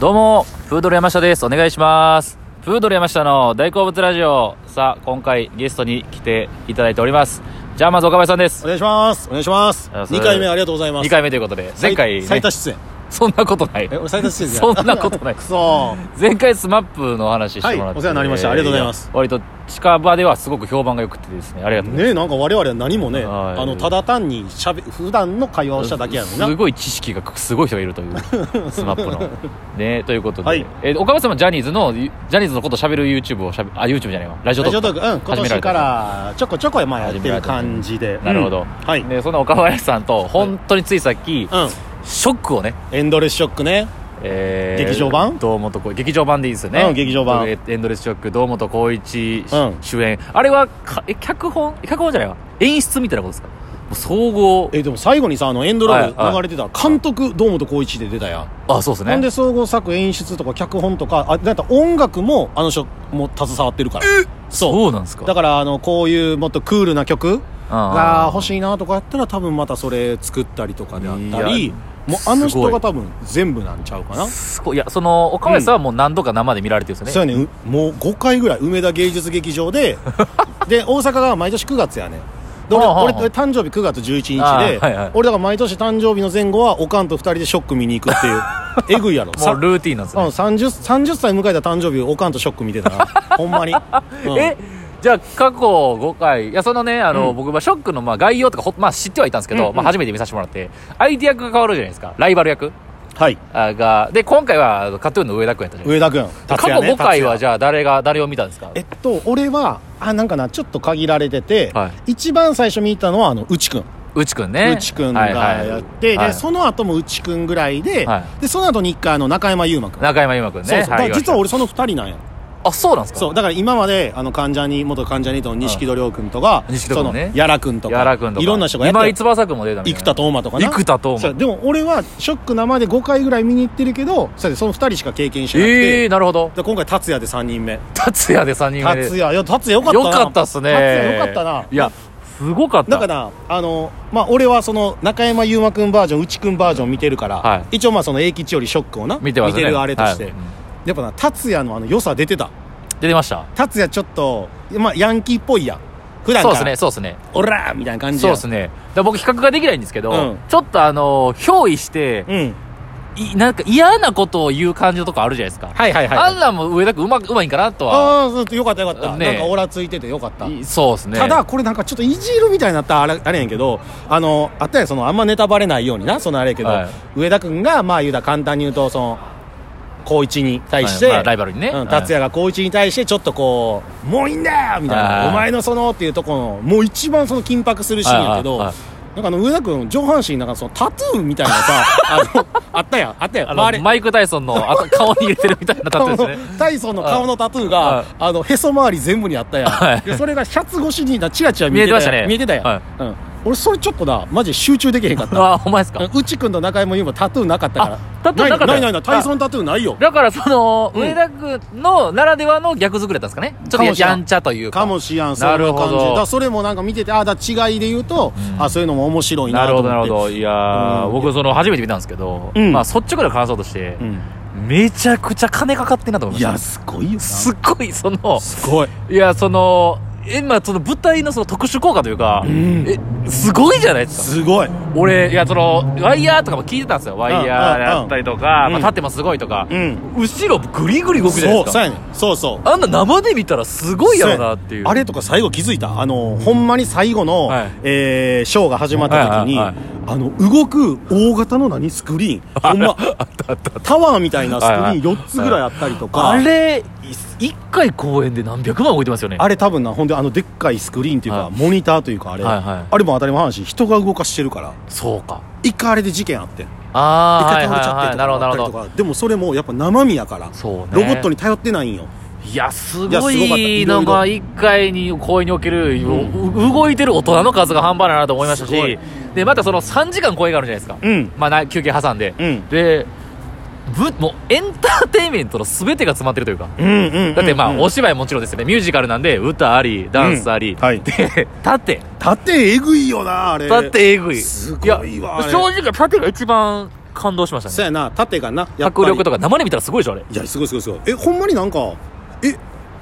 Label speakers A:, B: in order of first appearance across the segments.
A: どうも、プードル山下です。お願いします。プードル山下の大好物ラジオ。さあ、今回ゲストに来ていただいております。じゃあ、まず岡林さんです
B: お。願いしますお願いします
A: あそれ
B: 2回目ありがとうございます
A: 2回目ということで、前回、
B: 最最
A: ね
B: 多、出演
A: そんなことない
B: え。俺最多出演じゃ
A: そんなことない
B: くそー
A: 前回スマップの話してもらって、
B: はいお世話になりましたありがとうございます
A: えー割と近場ではすごく評判が良くてですね、ありがとうござい
B: ねなんか我々は何もね
A: はい
B: あのただ単にしゃべ普段の会話を
A: ま
B: し
A: す。
B: ただけやのに
A: す
B: な
A: ごい知識がすごい人がいると いうスマップのねということで、
B: はい
A: えー岡林さんもジャニーズのジャニーズのことをしゃべる YouTube をしゃべあ YouTube じゃないわラジオ
B: ラ
A: ト
B: ジ
A: ー
B: オ
A: ク
B: トークうん
A: 始められ
B: 今年
A: た
B: からちょこちょこまあやってる感じで
A: なるほど
B: うんはいうん
A: でその岡林さんと本当についさっき、ショックをね、
B: エンドレスショックね
A: えー
B: 劇場版
A: 堂本光劇場版でいいですよね、
B: うん劇場版
A: エンドレスショック堂本光一、
B: うん
A: 主演あれはかえ脚本脚本じゃないわ演出みたいなことですかもう総合
B: えでも最後にさあのエンドロー
A: はいはい
B: ル流れてた監督堂本光一で出たやん
A: あそうですね
B: なんで総合作演出とか脚本とかあなんか音楽もあの人も携わってるから
A: そうなんですか
B: だからあのこういうもっとクールな曲が欲
A: い
B: しいなとかやったら多分またそれ作ったりとかであった
A: い
B: り
A: や
B: もうあの
A: すご
B: 人
A: い
B: が多分全部なんちゃうかな
A: すごいいやその岡林さんはもう何度か生で見られてるんです
B: そ
A: よ
B: う
A: ね、
B: やねうもう5回ぐらい梅田芸術劇 場でで大阪が毎年9月やねで俺
A: ああああ
B: 俺俺誕生日9月11
A: ああ
B: 日で、
A: はいはい
B: 俺だから毎年誕生日の前後はおかんと2人でショック見に行くっ ていうえぐいやろ
A: も
B: さ
A: うルーティンなんです
B: うん
A: ね、
B: 30, 30歳迎えた誕生日おかんとショック見てたなほんま に、うん
A: えじゃあ過去5回いやそのねあの、僕はショックのまあ概要とかほ、まあ、知ってはいたんですけど、
B: うんうん
A: まあ、初めて見させてもらって相手役が変わるじゃないですかライバル役
B: はい
A: あがで今回はあのカトゥーンの上田君やったじゃない
B: 上田君
A: ですか過去5回は
B: 達也
A: じゃあ誰が誰を見たんですか
B: えっと俺はあなんかなちょっと限られてて、
A: はい
B: 一番最初見たのはあの内くん
A: 内くんね
B: 内くんがやって、
A: はいはい
B: でその後も内くんぐらいで、
A: は
B: でその後に一回あの中山優馬くん、
A: 中山優馬くんね
B: そうそうだか
A: はい
B: ら実は俺その二人なんや
A: あそうなんですか
B: そうだから今まであの関ジャニ元関ジャニと錦戸亮君とか、
A: うん錦戸
B: そ
A: 君ね
B: のやら君とか
A: やらくんとか
B: いろんな人がやっ
A: 今
B: て
A: 井翼くんも出たみたいな
B: 生田斗真とかな
A: 生田斗真
B: そうでも俺はショック生で5回ぐらい見に行ってるけどそうやでその2人しか経験してなくて、
A: ええー、なるほど
B: で今回達也で3人目
A: 達也で3人目で
B: 達也いや達也よかった
A: よ
B: な
A: かったっすね
B: 達也よかったない
A: やすごかった
B: だからあのまあ俺はその中山優馬くんバージョン内くんバージョン見てるから、
A: は
B: 一応まあその英吉よりショックをな
A: 見てますね
B: るあれとして、
A: はいうん
B: やっぱな達也のあの良さ出てた
A: 出てました
B: 達也ちょっと、まあ、ヤンキーっぽいやん普段
A: そうで
B: から
A: すねそうですね
B: オラーみたいな感じ
A: そう
B: やん
A: ですねだから僕比較ができないんですけど、
B: うん
A: ちょっとあの憑依して、
B: うん
A: いなんか嫌なことを言う感じのとこあるじゃないですか、
B: はいはいはい
A: あんなんも上田君うまうまいんかなとは
B: ああそうよかったよかった、
A: ね
B: なんかオラついててよかった
A: いそうですね
B: ただこれなんかちょっといじるみたいになったらあれあれやんけどあのあったやんそのあんまネタバレないようになそのあれやけど、
A: はい
B: 上田君がまあ言うたら簡単に言うとその高一に対して、
A: はいまあライバルにね
B: うん、達也が高一に対してちょっとこう「もういいんだよ!」みたい
A: はい
B: な「お前のその」っていうところのもう一番その緊迫するシーンやけど、
A: はいはい
B: なんかあの上田君上半身なんかそのタトゥーみたいなさあのあったやんあったやん
A: あの
B: 周り
A: マイク・タイソン のあと顔に入れてるみたいなタトゥーですね
B: あのタイソンの顔のタト
A: は
B: ゥー
A: い
B: があのへそ周り全部にあったやん、
A: はい
B: でそれがシャツ越しになチラチラ見え
A: 見え
B: て
A: てました
B: た
A: ね
B: やん見えてたやん、
A: はい
B: うん、俺それちょっとなマジで集中できへんかった
A: あほんまですか
B: 内くんと中山優馬タトゥーなかったから
A: あタトゥーなかった
B: ないないないないタイソンタトゥーないよ
A: だからその、
B: うん
A: 上田君のならではの逆作りだったんですかねちょ
B: か
A: っ
B: も
A: と
B: しれん
A: やんちゃというか
B: かもしやんそん
A: な
B: な
A: る
B: 感
A: ほど
B: じだからそれもなんか見ててああだから違いで言うと、あそういうのも面白いな
A: なる
B: と
A: ほ
B: 思
A: ど
B: っ
A: な
B: て
A: るほどいやー、
B: うん
A: 僕その初めて見たんですけど、
B: うん
A: まあ率直な感想として、
B: うん
A: めちゃくちゃ金かかってんなと思い
B: い
A: ま
B: や
A: し
B: すごいよ
A: たすっごいその
B: すごい
A: いやその今その舞台のその特殊効果というか、
B: ん
A: えすごいじゃないですか
B: すごい
A: 俺いやそのワイヤーとかも聞いてたんですよワイヤーだったりとか、
B: うん
A: まあ、立ってもすごいとか、
B: うん
A: 後ろグリグリ動くじゃな
B: そ
A: いうです
B: そう
A: か
B: やねんそうそう
A: あんな生で見たらすごいやろなっていう
B: あれとか最後気づいたあのほんまに最後の、
A: はい
B: えーショーが始まった時
A: はいはい
B: に、
A: は
B: あの動く大型の何スクリ ーンほんまタワーみたいなスクリ
A: はい
B: ーン4つぐらいあったりとか、
A: あれ1回公演で何百万動いてますよね
B: あれ多分なほんであのでっかいスクリーンっていうか、
A: はい
B: モニターというかあれ、
A: はいはい
B: あれも当たり前の話人が動かしてるから
A: そうか
B: 一回あれで事件あってん一
A: ああはい
B: 回倒
A: は
B: れちゃ
A: い
B: って
A: は
B: と
A: いな
B: か
A: るほどな
B: あった
A: る
B: り
A: ほ
B: と
A: ど
B: かでもそれもやっぱ生身やから、
A: そうね
B: ロボットに頼ってないんよ
A: いやす
B: いや
A: ご
B: すごかった
A: い
B: いろ
A: ない
B: ろ
A: んか一回に公演における、う動いてる大人の数が半端ないなと思いました
B: すご
A: し
B: い
A: でまたその3時間公演があるじゃないですか、
B: うん
A: まあな休憩挟んで、
B: うん
A: でぶもうエンターテインメントの全てが詰まってるというか
B: うんうんうんうん
A: だってまあお芝居もちろんですよねミュージカルなんで歌ありダンスあり、
B: うんはい
A: で縦
B: 縦えぐいよなあれ
A: 縦えぐい
B: すごいわ
A: や
B: あれ
A: 正直縦が一番感動しました
B: そ
A: ね
B: やな縦がなやっぱ
A: 迫
B: り
A: 力とか生で見たらすごいでしょあれ
B: いやすごいすごいすごいえほんまになんかえ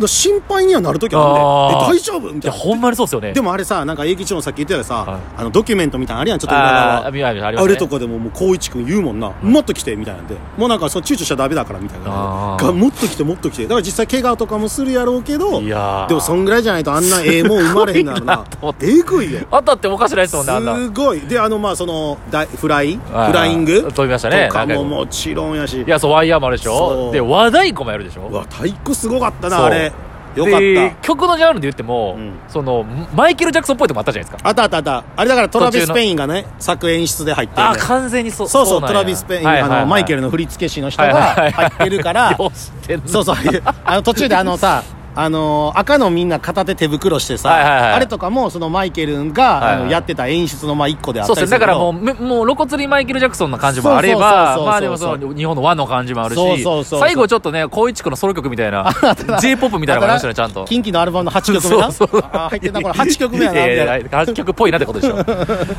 B: だ心配にはなるときあ
A: あー
B: るんでえ大丈夫み
A: い
B: た
A: や
B: いな
A: ほんまにそうですよね
B: で
A: も
B: もあれさなんか英吉のさっき言ってたさ、
A: はい
B: あのドキュメントみたいなのあるやんちょっと裏
A: あー
B: 側
A: あ見ましたありま
B: あ
A: すね
B: れとかでももう光一君言うもんな、もっと来てみたいなんでもうなんかその躊躇しちゃダメだからみたいな
A: あー
B: がもっと来てもっと来てだから実際怪我とかもするやろうけど
A: いやー
B: でもそんぐらいじゃないとあんなええもん生まれへんな るな
A: すごいなと思って
B: えぐいよ
A: あったってもおかしないですもんねあんな
B: すごいであのまあそのだいフライフ
A: はい
B: ライング
A: 飛びましたね
B: とか
A: なん
B: も
A: か
B: もちろんやし
A: いやそうワイヤーもあるでし
B: そ
A: ょ
B: う
A: で和太鼓もやるでしょ
B: うわ太鼓すごかった
A: そ
B: な
A: う
B: あれよか
A: で
B: っ
A: 曲のジャンルで言っても、
B: うん
A: そのマイケル・ジャクソンっぽいとこもあったじゃないですか
B: たあったあったあったあれだからトラビ
A: 途中
B: ス・
A: の
B: ペインがね作演出で入ってるね
A: あー完全にそう
B: そうそう
A: なん
B: ト
A: や
B: ラビス・ペイン
A: はいはい
B: あ
A: はい
B: のマイケルの振り付け師の人
A: はい
B: が
A: はいはい
B: 入ってるから
A: よう知ってんな
B: そうそう あの途中であのさあの赤のみんな片手手袋してさ、
A: はいはいはい
B: あれとかもそのマイケルが、
A: はいはい
B: あのやってた演出のまあ一個であっ
A: そ
B: た
A: う
B: り
A: ですす
B: る
A: ねだ
B: け
A: か
B: ど
A: らもうめもう露骨にマイケル・ジャクソンな感じもあれば
B: そうそうそうそうそう
A: まあでもその日本の和の感じもあるし
B: そうそうそう
A: 最後ちょっとね光一区のソロ曲みたいな j p o p みたいなのがありましたねちゃんと
B: キンキのアルバムの8曲目な
A: そうそう
B: あ入ってたこれ8曲目やなみたいな、
A: えー8曲っぽいなってこと でしょ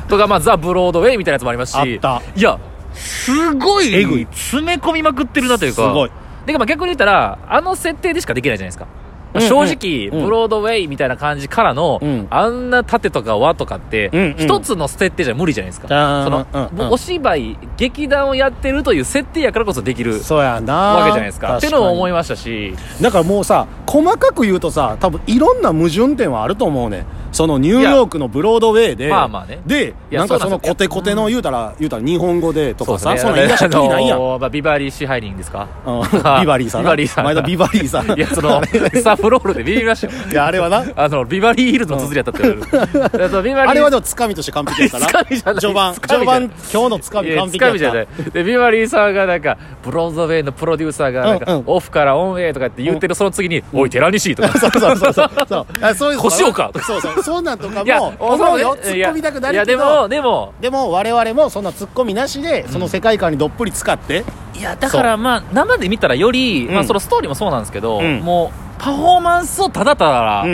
A: とかまあザ・ブロードウェイみたいなやつもありますし
B: あった
A: いやすごい
B: えぐい
A: 詰め込みまくってるなというか
B: すごい
A: でまあ逆に言ったらあの設定でしかできないじゃないですか、まあ
B: うん
A: 正直、
B: うん
A: ブロードウェイみたいな感じからの、
B: うん
A: あんな盾とか和とかって
B: うんうん
A: 一、つの設定じゃ無理じゃないですか
B: あー
A: その、
B: うんうん
A: お芝居劇団をやってるという設定やからこそできる
B: そうやな
A: わけじゃないですかっていうのを思い
B: ま
A: ましたし
B: だからもうさ細かく言うとさ多分いろんな矛盾点はあると思うねんそのニューヨークのブロードウェイで
A: いやまあまあね
B: で
A: いや
B: なんかそ
A: そうな
B: の
A: んですよ
B: コテコテの言うたら、言うたら日本語でとかさそ,、
A: う
B: の言い出しゃきりないやん、
A: あのーまあ、ビバリー支配人ですか
B: うん
A: あ
B: ビバリーさんな
A: ビバリーさん
B: 前田ビバリーさん
A: いや、その、サフロールでビビりましたよ。
B: いやあれはな
A: あの、ビバリーヒルズの綴りやったって言われ る。あとビバリー
B: あれはでもつかみとして完璧やったな
A: つかみじゃない
B: 序盤
A: つかみじ
B: 序
A: ゃない
B: 盤今日のつか
A: い
B: み
A: や
B: 完
A: つ
B: 璧
A: か
B: やった
A: みじゃない。で、ビバリーさんがなんか、ブロードウェイのプロデューサーが、なんか、
B: うんうん
A: オフからオンエアとかって言ってる、その次に、おい、寺西と か。
B: そうそうそうそうそうあそういうの
A: 腰をか
B: そうそうそうなんとか
A: いや、
B: も思うよ突っ
A: いや
B: 込みたくない
A: や、
B: るけ
A: で
B: ど
A: も、でも、
B: でも我々もそんなツッコミなしでその世界観にどっぷり使って、
A: いや、だからまあ、生で見たらより、
B: うん
A: まあ、そのストーリーもそうなんですけど、
B: うん
A: もう、パフォーマンスをただただ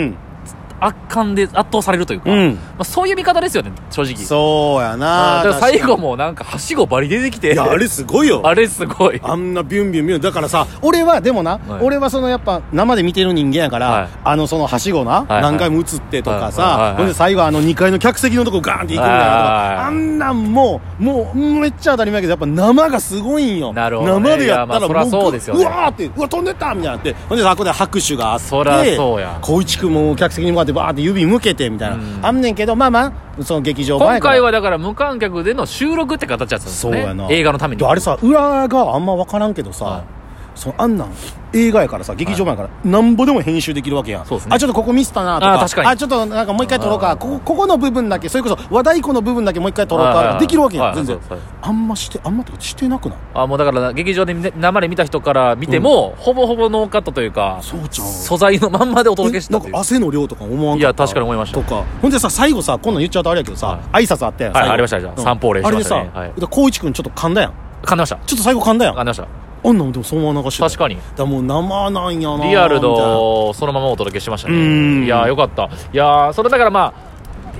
A: 圧巻で圧倒されるというか、
B: うん
A: まあ、そういう見方ですよね、正直。
B: そうや
A: あ
B: な
A: ーだから最後
B: も
A: もなんかはしごバリ出てきて
B: いやあれすごいよ
A: あれすごい
B: あんなビュンビュンビュンだからさ俺はでもな、
A: はい
B: 俺はそのやっぱ生で見てる人間やから、
A: はい
B: あのそのはしごな、
A: いはい
B: 何回も映ってとかさ、
A: はいはいはい
B: ほんで最後あの2階の客席のとこガーンって行くみたいな
A: はい
B: とか
A: はい
B: あんなんもうもうめっちゃ当たり前やけどやっぱ生がすごいんよ
A: なるほどね
B: 生でやったらも
A: いやまあそらそうですよね
B: うわーってうわ飛んでったみたいになってほんでそこで拍手があって
A: そらそうや
B: 光一君も客席に向かってバーって指向けてみたいな、
A: うん
B: あんねんけどまあまあその劇場前
A: 今
B: やから
A: 回はだから無観客での収録って形だったんですよ
B: そう
A: ね
B: やな
A: 映画のために
B: であれさ裏側あんま分からんけどさ、
A: はい
B: そのあんなん映画やからさ劇場版やから、なんぼでも編集できるわけやん
A: そうですね
B: あちょっとここミスったなと
A: あ
B: か
A: ー確かに
B: あちょっとなんかもう一回撮ろうか
A: あー
B: ここここの部分だけそれこそ和太鼓の部分だけもう一回撮ろう
A: はいはい
B: か
A: はい
B: できるわけやん、
A: はい
B: 全然、
A: そうですそうです
B: あんましてあんまってかしてなくない
A: あもうだから劇場で見て生で見た人から見ても、ほぼほぼノーカットというか
B: そうちゃん
A: 素材のまんまでお届けした
B: なん
A: という
B: か汗の量とか思わん
A: いや確かに思いました
B: とかほんでさ最後さ今度言っちゃうとあれやけどさ、挨拶あったやん
A: はい
B: 最後
A: ありましたありました三方礼し
B: あれ
A: ま
B: で
A: したね
B: さ、
A: はい
B: で光一君ちょっと噛んだやん
A: 感じました
B: ちょっと最後噛んだやんあ
A: 感じました
B: んなんでもそのまま流してた
A: 確かに
B: だからもう生なんやなー
A: リアル
B: みたいな
A: のそのままお届けしました
B: うん
A: ねいやーよかったいやーそれだからまあ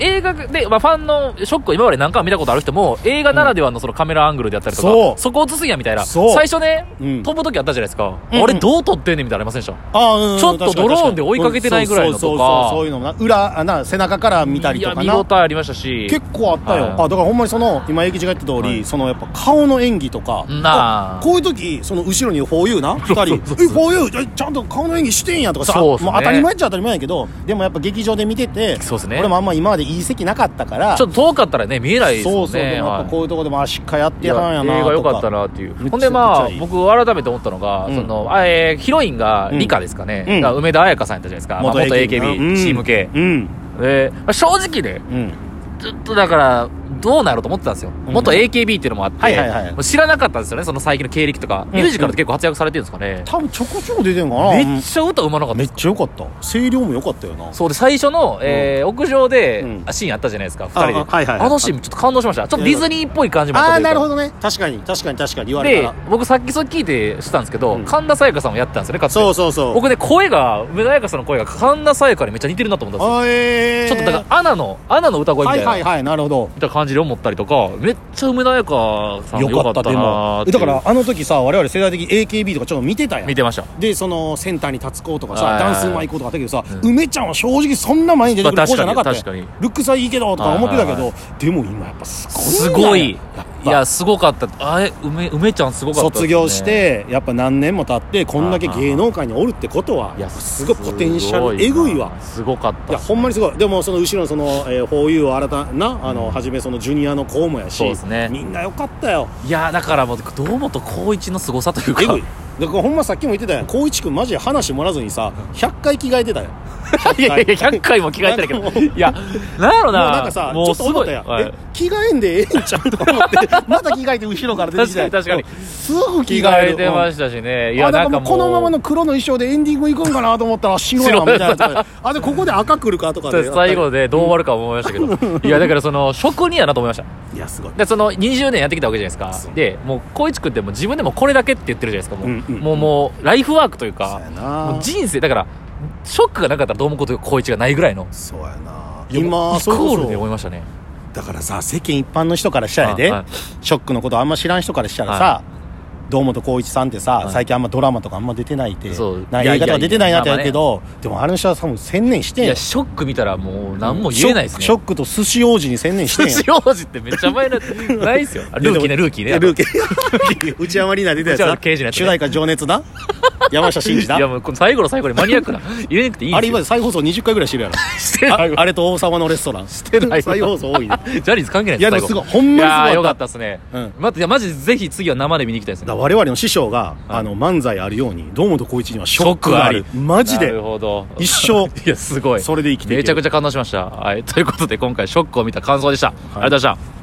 A: 映画で、まあ、ファンのショックを今まで何回も見たことある人も映画ならではのそのカメラアングルであったりとか、
B: そう
A: こ映すんやみたいな
B: そう
A: 最初ね、
B: うん
A: 飛ぶ時あったじゃないですか、
B: うんうん
A: あれどう撮ってんねんみたいなのありませんでした
B: あーうん
A: ちょっと
B: 確かに
A: ドローンで追いかけてないぐらいのとか
B: そうそうそうそういうのもな裏あな背中から見たり
A: い
B: と
A: や
B: か
A: 見
B: な
A: 応えありましたし
B: 結構あったよ、
A: はい
B: あだからほんまにその今駅地が言った通り、
A: はい
B: そのやっぱ顔の演技とか
A: なあ
B: あこういう時その後ろに「フォーユーな2人「えフォーユーちゃんと顔の演技してんや」とかさ、
A: そうっすね
B: もう当たり前っちゃ当たり前やけどでもやっぱ劇場で見てて
A: そうっすね
B: 俺もあんま今までいい席なかったから
A: ちょっと遠かったらね見えないです
B: そ
A: も
B: うんそう
A: ね
B: でもやっぱこういうとこでもあしっかりやってやらんや
A: い
B: な
A: や映
B: とか
A: 画良かったなっていう
B: めちゃくちゃ
A: ほんでまあ
B: いい
A: 僕改めて思ったのが、
B: うん
A: そのあえーヒロインが理香ですかね、
B: うん
A: だから梅田彩香さんやったじゃないですか、まあ元 AKB チーム系、
B: うん
A: で、まあ、正直ね
B: うん
A: ちょっとだからどうなると思ってたんですよ、
B: うん
A: 元 AKB っていうのもあって、
B: はいはいはい
A: もう知らなかったんですよねその最近の経歴とか、
B: ん
A: ミュージカルで結構活躍されてるんですかね、
B: 多分ちょこちょこ出てんかな
A: めっちゃ歌うまなかった
B: め
A: で
B: っ
A: す
B: ちゃ良かった声量も良かったよな
A: そうで最初の、えー屋上で、
B: うん
A: シーンあったじゃないですか2人で
B: あ
A: あ,、
B: あはいはいはい
A: のシーンちょっと感動しましたちょっとディズニーっぽい感じもあった
B: ああ
A: と
B: ー
A: いうか
B: なるほどね確かに確かに確かに言われた
A: で
B: ら
A: 僕さっきそれ聞いてしたんですけど、
B: うん
A: 神田沙也加さんもやってたんですよねかつて
B: そうそうそう
A: 僕ね声が梅田彩香さんの声が神田沙也加にめっちゃ似てるなと思ったんですよ
B: あえー
A: ちょっとだからアナのアナの歌声み
B: は
A: たい
B: い
A: な,、
B: はいはいなるほど
A: みたいな感じじりを持ったりとかめっちゃ梅田彩香さんよかった
B: で
A: なー
B: も
A: ってい
B: だ
A: う
B: からあの時さ我々世代的に AKB とかちょっと見てたやん
A: 見てました
B: でそのセンターに立つ子とかさ
A: はいはい
B: ダ
A: は
B: ン
A: い
B: スうまい子とかあったけどさ、
A: うん
B: 梅ちゃんは正直そんな前に出て
A: ま
B: くる
A: あ
B: 子じゃなかったよ、
A: 確かに確
B: ルックスはいいけどとか思ってたけど、
A: はいはい
B: でも今やっぱすごい
A: すごい
B: なやっ
A: い
B: ぱ
A: やすごかったあれ梅梅ちゃんすごかったですね、
B: 卒業してやっぱ何年も経ってこんだけ芸能界におるってことはい
A: や
B: すごいポテンシャルえぐいわ
A: すごかった
B: いやほんまにすごいでもその後ろのその「えー、For You」を新たなあのはじめそのジュニアの子もやし
A: そうですね
B: みんなよかったよ
A: いやだからもう堂本光一の凄さというか
B: えぐいだからほんまさっきも言ってたやん光一君マジで話もらずにさ100回着替えてたよ
A: いやいや100回も着替えてるけ
B: なん
A: ど
B: かもう
A: いやなんやろ
B: もう
A: な
B: なんかさちょっと思ったやん、
A: はい
B: え着替えんでええんちゃうと 思ってまた着替えて後ろから出てきて
A: 確かに確か
B: すぐ着
A: 着
B: 替え
A: 替
B: る
A: えてましたしねい
B: あ
A: や
B: だ
A: な
B: か
A: んかも
B: らもう
A: う
B: このままの黒の衣装でエンディング行くんかなと思った ら白やなみたいなやつあでここで赤くるかとかで
A: 最後でどう終わるか思いましたけ どいやだからその職人やなと思いました
B: いやすごい
A: でその20年やってきたわけじゃないです
B: そ
A: か
B: う
A: でもう光一君ってもう自分でもこれだけって言ってるじゃないですかもう,、
B: うんうんうん
A: もうもうライフワークという
B: そう
A: か
B: や
A: も
B: な
A: う人生だからショックがなかったらどうもこと光一がないぐらいの
B: そうやない
A: やもう
B: 今
A: イ
B: それ
A: コ
B: こ
A: ールで思
B: そ
A: いましたね
B: だからさ世間一般の人からしたらやで、
A: はいはい
B: ショックのことあんま知らん人からしたらさ、
A: は
B: 堂本光一さんってさ、
A: はい
B: 最近あんまドラマとかあんま出てないって
A: そう
B: ない
A: や
B: 映
A: いや
B: 画とか出てないなってやるけ
A: ま
B: ど、でもあれの人は多分専念してん
A: い
B: や
A: やショック見たらもう何も言えないですね
B: ショックショックと寿司王子に専念してんや
A: 寿司王子ってめっちゃ前のないっ すよあルーキーねルーキーね
B: ルーキー 内山里奈出てた
A: 内
B: や
A: 山
B: つ
A: 刑事のやつね
B: 主題歌情 熱だ山下真司だ
A: いやもうこの最後の最後にマニアックな入れなくていいん
B: あ
A: です
B: れ
A: よ
B: 今で再放送20回ぐらいして るやろ
A: してない
B: ああれと王様のレストランして
A: ない
B: 再放送多いね
A: ジャニーズ関係ない
B: いやでも
A: 最後
B: すごいほんまに
A: いやー
B: すごかった
A: よかったですね、
B: うん
A: まいやマジでぜひ次は生で見に行きたいです
B: だから
A: ね
B: 我々の師匠が、あの漫才あるように堂本光一にはショックがある
A: ショック
B: マジ
A: なる
B: で
A: ほど
B: 一生
A: いやすごい
B: それで生きていける
A: めちゃくちゃ感動しました、はい、ということで今回ショックを見た感想でした、ありがとうございました